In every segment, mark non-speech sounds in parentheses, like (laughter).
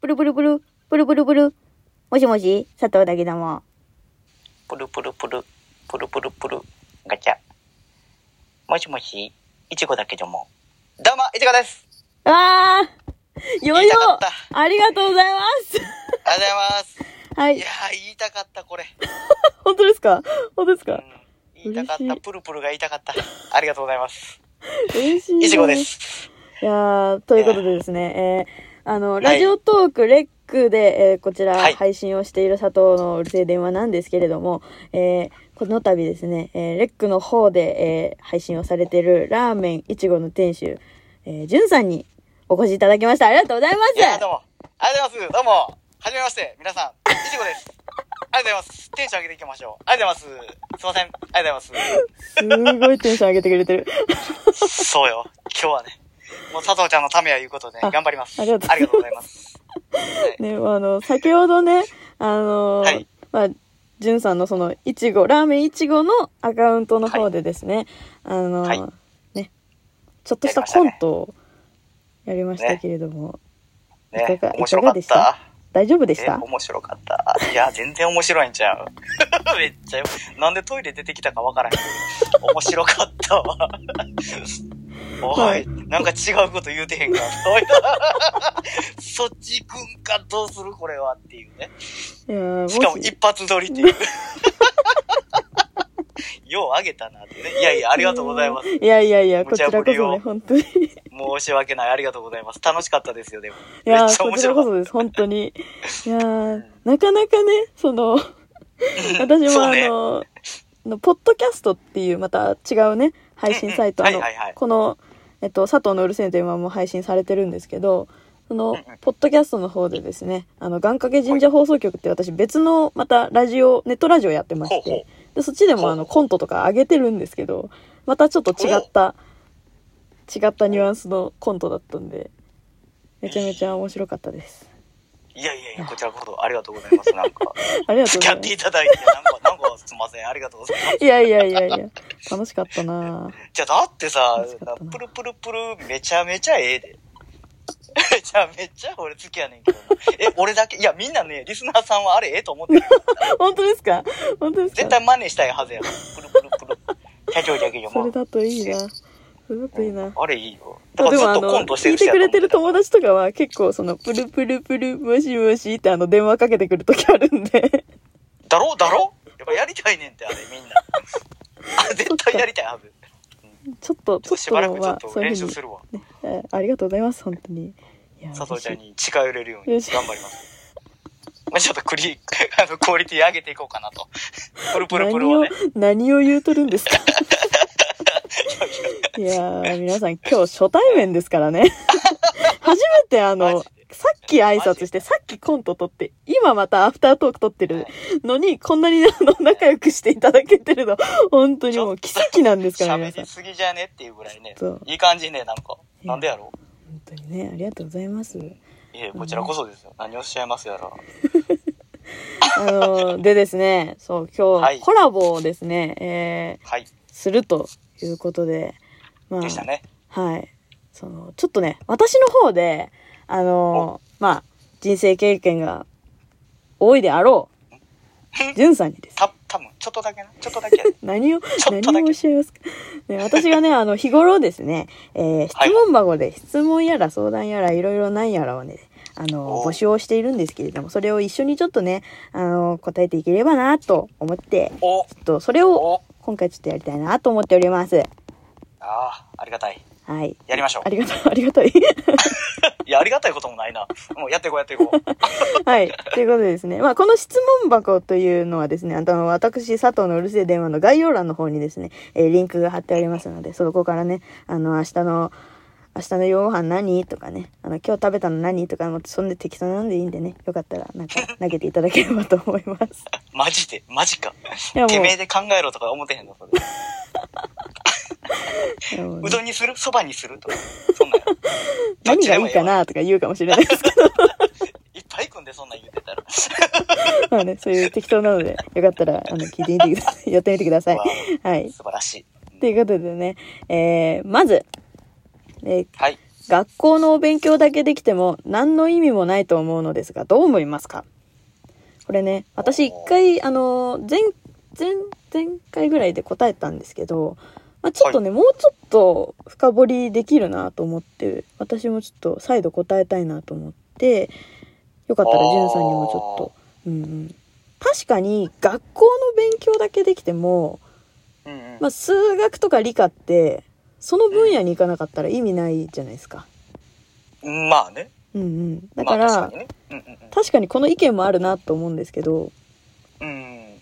ブルブルブル、ブルブルブル。もしもし、佐藤だけども。プルプルプル、プルプルプル、ガチャ。もしもし、いちごだけども。どうも、いちごです。あーよい言いよたかっありがとうございますありがとうございます。はいいや。ー、言いたかった、これ。本当ですか本当ですうかん言いたかっ、嬉したいプルプルが言いたかった。ありがとうございます。嬉しいな。いちごです。いやー、ということでですね、えー、あの、いラジオトーク、レックで、えー、こちら、はい配信をしている佐藤のうるせえ電話なんですけれども、えー、この度ですね、えー、レックの方で、えー、配信をされているラーメンいちごの店主、えー、じゅんさんにお越しいただきました。ありがとうございまいやー、すどうも。ありがとうございます。どうも。はじめまして、皆さん。いちごです。ありがとうございます。テンション上げていきましょう。ありがとうございます。すいません。ありがとうございますごいテンション上げてくれてる。す。そうよ。今日はね、もう佐藤ちゃんのためやいうことで、あ頑張ります。ありがとうございますございます。ね、あの、先ほどね、あのーはいまあ、じゅんさんのその、いちご、ラーメンいちごのアカウントの方でですね、あのーはいね、ちょっとしたコントをやりましたけれども、いねかが、面白いかかがでっしたた。大丈夫でしえた面白かった。いや、全然面白いんちゃう。 (laughs) めっちゃよ。なんでトイレ出てきたかわからへん。面白かったわ。お、はいなんか違うこと言うてへんか。 (laughs) そっち行くんか、どうするこれはっていうね。いやーしかももし一発撮りっていう。 (laughs) ようあげたなってね。いやいや、ありがとうございます。いやいやいや、こ無ち茶らぶこりをそね、本当に。い申し訳ない。ありがとうございます。楽しかったですよ、でも。やーめっちゃこ面ちら白かこっそです、本当に。いやーなかなかね、その、た。私も (laughs) そあうね。の、のポッドキャストっていうまた違うね配信サイト、うんうんあのはいはいはいこの、えっと、佐藤のうるせえというまも配信されてるんですけどその、うんうんポッドキャストの方でですねあの願掛け神社放送局って私別のまたラジオネットラジオやってましてほうほでそっちでほうもあのコントとか上げてるんですけどまたちょっと違った違ったニュアンスのコントだったんでめちゃめちゃ面白かったです。いやいやいや、こちらこそありがとうございます。なん (laughs) か。ありがとう付ごきざいます合ってい。ただいて、なんか、なんかすいません、ありがとうございます。いやいやいやいや楽しかったなぁ。じゃあ、だってさ楽しかった、なプルプルプル、めちゃめちゃええで。めちゃめちゃ俺好きやねんけどな。え、俺だけ、いや、みんなね、リスナーさんはあれええと思ってる。本当ですか本当ですか絶対真似したいはずやん。プルプルプル。社長だけじゃそもれう。だといいな。それだといいな。あれいいよ。だあかでもらあずっとコのントして聞るいてくれてる人や友達とかは結構その、プルプルプル、ムシムシってあの、電話かけてくるときあるんで。 (laughs) と思うだろだろやっぱやりたいねんって、あれみんな。あ、絶対やりたい (laughs) はず。ちょっと、ちょっちょとっしとばらくちょはっ、とそういう練ふう習にす、るわ。えありがとうございます、本当に。いや、佐藤ちゃん嬉しいに近寄れるように嬉しい頑張ります。まあちょっとクリ、 (laughs) あの、クオリティ上げていこうかな (laughs) と。プルプルプルをね。何を、何を言うとるん (laughs) ですかいやー、皆さん今日初対面ですからね。 (laughs) 初めてあマのジで、さっき挨拶して、さっきコント撮って、今またアフタートーク撮ってるのに、こんな (laughs) にあの仲良くしていただけてるの、本当にもう奇跡なんですから、皆喋さん。本りすぎじゃねっていうぐらいねそう。いい感じね、なんか。なんでやろ当にね、ありがとうございます。ういえ、こちらこそですよ。何をおっしゃいますやら。あの、でですね、そう、今日、はいコラボをですね、えー、はい。するということで、までしたね。はい。その、ちょっとね、私の方で、あのーまあ、人生経験が多いであろう、じゅんさんにです。た、多分ちょっとだけな。ちょっとだ (laughs) けやね。何を、ょっとだけ何をおっしゃいますか。 (laughs) ね、私がね、あの、日頃ですね、えー質はい問箱で質問やら相談やらいろいろなんやらをね、あの、お募集をしているんですけれども、それを一緒にちょっとね、あの、答えていければなと思って、お、ちょっと、それをお、今回ちょっとやりたいなと思っております。ああ、ありがたい。はい。やりましょありがたい、ありがたい。う。いや、ありがたいこともないな。もうやっていこうやっていこう。 (laughs) はい。ということでですね。まあ、この質問箱というのはですね、あの、私、佐藤のうるせえ電話の概要欄の方にですね、えーリンクが貼ってありますので、そこからね、あの、明日の、明日の夜ご飯何とかね、あの、今日食べたの何とかも、そんで適当なんでいいんでね、よかったら、なんか、投げていただければと思い (laughs) ます。マジで、マジかいやも。うてめえで考えろとか思ってへんの、それ。あのうどんにするそばにするとか。そんなんやろどっ (laughs) 何ちがでいもいええわかなとか言うかもしれないですけいっぱい行くんで、そんなん言ってたら。ど、 (laughs) まあね、そういう適当なので、よかったら、あの、聞いてみてくだ (laughs) さい。やってみてくださいわ。 (laughs) はい。素晴らしい。ということでね、えー、まず、えーはい。学校のお勉強だけできても何の意味もないと思うのですが、どう思いますかこれね、私一回、あの、前、前、前回ぐらいで答えたんですけど、まあ、ちょっとね、もうちょっと深掘りできるなと思って、私もちょっと再度答えたいなと思って、よかったら、じゅんさんにもちょっと、うんうん。確かに、学校の勉強だけできても、うんうんまあ、数学とか理科って、その分野に行かなかったら意味ないじゃないですか。まあね。うんうん。だまかあら、確確かにねうんかにこの意見もあるなと思うんですけど、うんうん。うん。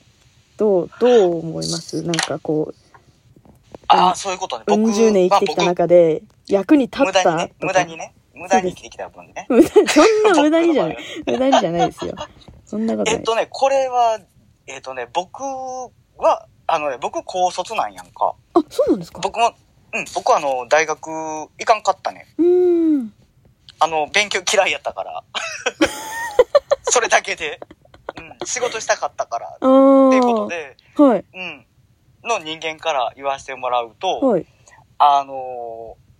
どう、どう思いますなんかこああ、そういうことね。う、うん十年生きてきたまあ中で、役に立僕無った駄にね、と無か駄にね、無駄に生きてきた分ね。無駄そんな無駄にじゃない。 (laughs) 僕の場無合は駄にじゃないですよ。そんなことえないっ。とね、これは、えっとね、僕は、あのね、僕高卒なんやんか。あ、そうなんですか僕も、うん、僕はあの、大学行かんかったね。うーん。あの、勉強嫌いやった (laughs) から。それだけで。うん、仕事したかったから。あっていうことー。で、はい。うん、の人間から言わせてもらうと、はい。あのー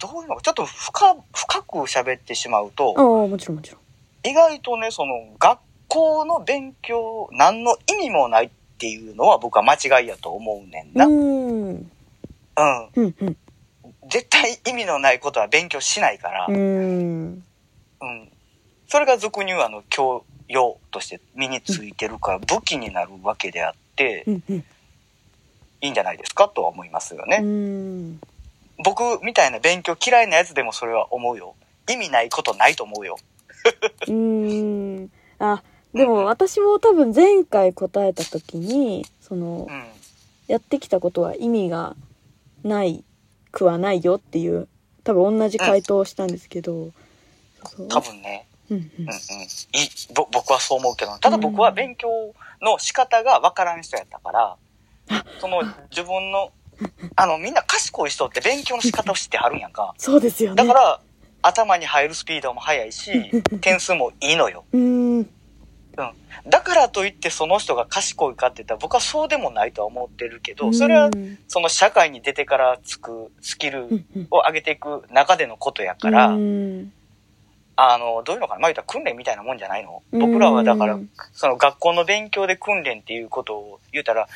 どういうのか、ちょっと深深く喋ってしまうと、ああ、もちろんもちろん。意外とね、その学校の勉強、何の意味もないっていうのは僕は間違いやと思うねんな。うん。うーん。うんうん。絶対意味のないことは勉強しないから、うーん。うん。それが俗に言うあの教養として身についてるから武器になるわけであって、うんうん。いいんじゃないですかとは思いますよね。うーん。僕みたいな勉強嫌いなやつでもそれは思うよ。意味ないことないと思うよ。うーん。あ、でも私も多分前回答えた時に、そのう、ん。やってきたことは意味がないくはないよっていう、多分同じ回答をしたんですけど、そう多分ね。うんうんうんうん。いいぼ僕はそう思うけど、ただ僕は勉強の仕方がわからん人やったから、その自分の、あのみんな賢い人って勉強の仕方を知ってはるんやんか。そうですよね。だから、頭に入るスピードも速いし、点数もいいのよ。うーん。だからといってその人が賢いかって言ったら僕はそうでもないとは思ってるけど、それはうんその社会に出てからつくスキルうんうんを上げていく中でのことやから、うんあの、どういうのかなまあ言ったら訓練みたいなもんじゃないのうん僕らはだから、その学校の勉強で訓練っていうことを言うたら、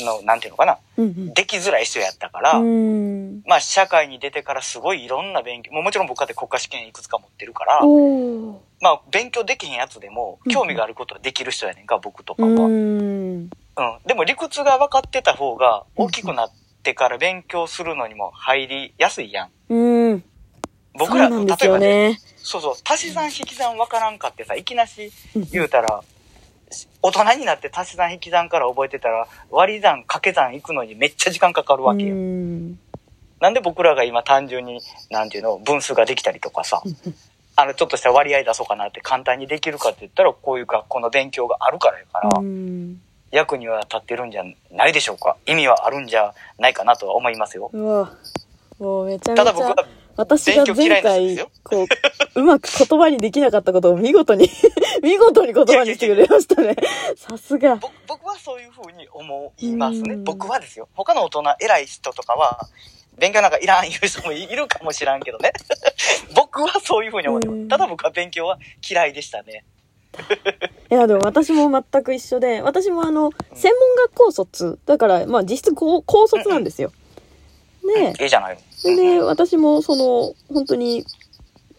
の、なんていうのかなうんできづらい人やったから、うん。うん。まあ社会に出てからすごいいろんな勉強、もうもちろん僕だって国家試験いくつか持ってるから、おーまあ勉強できへんやつでもうん興味があることはできる人やねんか、僕とかうん。は。うん。でも理屈が分かってた方が大きくなってから勉強するのにも入りやすいやん。うん。僕ら、そうなんです例えよばね、ね。そうそう、足し算引き算分からんかってさ、いきなしうん言うたら、大人になって足し算引き算から覚えてたら、割り算掛け算行くのにめっちゃ時間かかるわけよ。うんなんで僕らが今単純に、なんていうの、分数ができたりとかさ、あの、ちょっとした割合出そうかなって簡単にできるかって言ったら、こういう学校の勉強があるからやから、うん。役には立ってるんじゃないでしょうか。意味はあるんじゃないかなとは思いますよ。うわ。もうめちゃめちたゃ。だ僕は、私が勉強嫌前いな人です回よ、こう、うまく言葉にできなかったことを見事に、 (laughs) 見事に言葉にしてくれましたね。さすが。僕僕はそういうふうに思いますうね。ん僕はですよ。他の大人、偉い人とかは、勉強なんかいらん言う人もいるかもしらんけどね。 (laughs) 僕はそういうふうに思ってまうんす。ただ僕は勉強は嫌いでしたね。いや、でも私も全く一緒で、私もあの、専門学校卒。だから、まあ実質高高卒なんですよ。で、ええじゃないそれで私もその、本当に、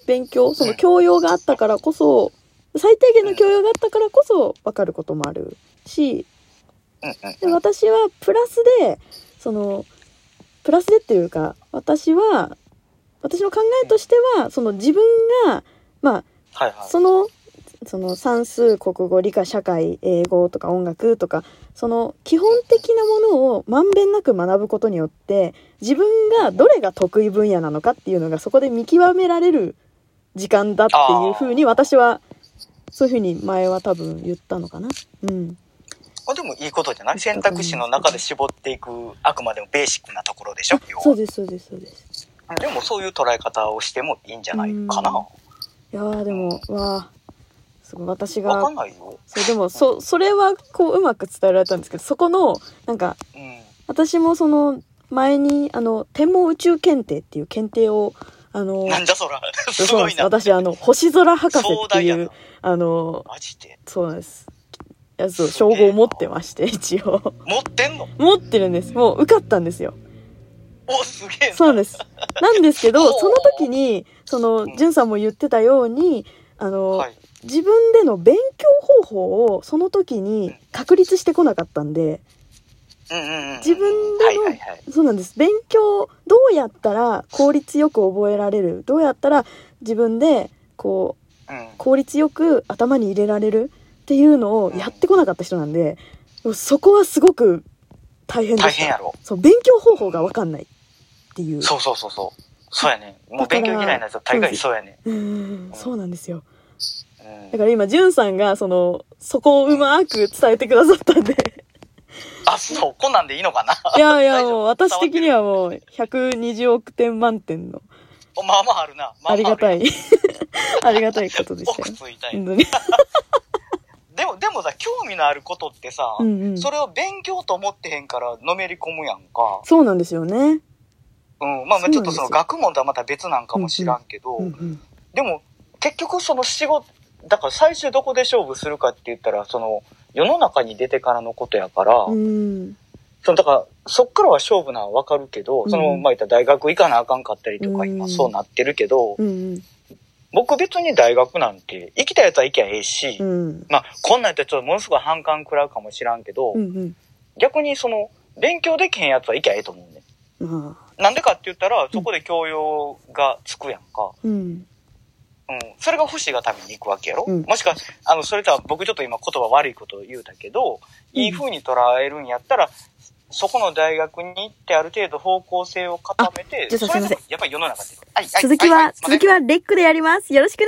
勉強、その教養があったからこそ、最低限の教養があったからこそ分かることもあるし、うんうんで私はプラスでそのプラスでっていうか私は私の考えとしてはその自分がまはいあはい。そのその算数国語理科社会英語とか音楽とかその基本的なものをまんべんなく学ぶことによって自分がどれが得意分野なのかっていうのがそこで見極められる時間だっていうふうに私はそういうふうに前は多分言ったのかな。うん、あでもいいことじゃない選択肢の中で絞っていく、あくまでもベーシックなところでしょ要そうはですそうですそうです。でもそういう捉え方をしてもいいんじゃないかな。うんいやーでもわあすごい私わかがんないよ。そうでもそそれはこううまく伝えられたんですけどそこのなんかうん。私もその前にあの天文宇宙検定っていう検定をあの、なんじゃそら。 (laughs) すそうなんごでいす。な。私、あの、星空博士壮って大いやなう、。あの、マジで。そうなんです。やつを、称号を持ってまして、一応。持ってんの持ってるんです。もう受かったんですよ。お、すげえな。そうです。なんですけど、おーその時に、その、んじゅんさんも言ってたように、あの、はい。自分での勉強方法をその時に確立してこなかったんで、うんうんうん。自分でのはいはいはい。そうなんです。勉強、どうやったら効率よく覚えられるどうやったら自分で、こう、うん。効率よく頭に入れられるっていうのをやってこなかった人なんで、そこはすごく大変でした。大変やろ。そう、勉強方法がわかんないっていう。そうそうそうそう。そうやね。もうだから勉強嫌いなやつは大概そうやね。うーん、そうなんですよ。うだん。から今、じゅんさんが、その、そこをうまく伝えてくださったんで。あ、そう、こんなんでいいのかな。いやいや、大丈夫もう私的にはもう、120億点満点の、おまあまああるな。まあありまがあたるよ。い、 (laughs) ありがたいことでした奥よ。ついたん本や当に。でも、でもさ、興味のあることってさ、うんうん。それを勉強と思ってへんからのめり込むやんか。そうなんですよね。うん。まあまあちょっとそそのうなんですよ学問とはまた別なんかも知らんけど、うんうん。でも結局その仕事、だから最終どこで勝負するかって言ったら、その世の中に出てからのことやから、うん。そのだからそっからは勝負なのはわかるけど、そのうんまあ言ったら大学行かなあかんかったりとか、うん今そうなってるけど、うん僕別に大学なんて行きたいやつは行きゃええし、うん。うん。まあこんなんやったらちょっとものすごい反感食らうかもしらんけど、うん逆にその勉強できへんやつは行きゃええと思うね。うん。まあ。なんでかって言ったら、そこで教養がつくやんか。うん。うん。それが欲しいがために行くわけやろ、うんもしか、あの、それとは僕ちょっと今言葉悪いことを言うたけど、うんいい風に捉えるんやったら、そこの大学に行ってある程度方向性を固めあて、ちょっとすいませんそれでもやっぱり世の中っていうのは。はい、い続きは、いい続きはレックでやります。よろしくね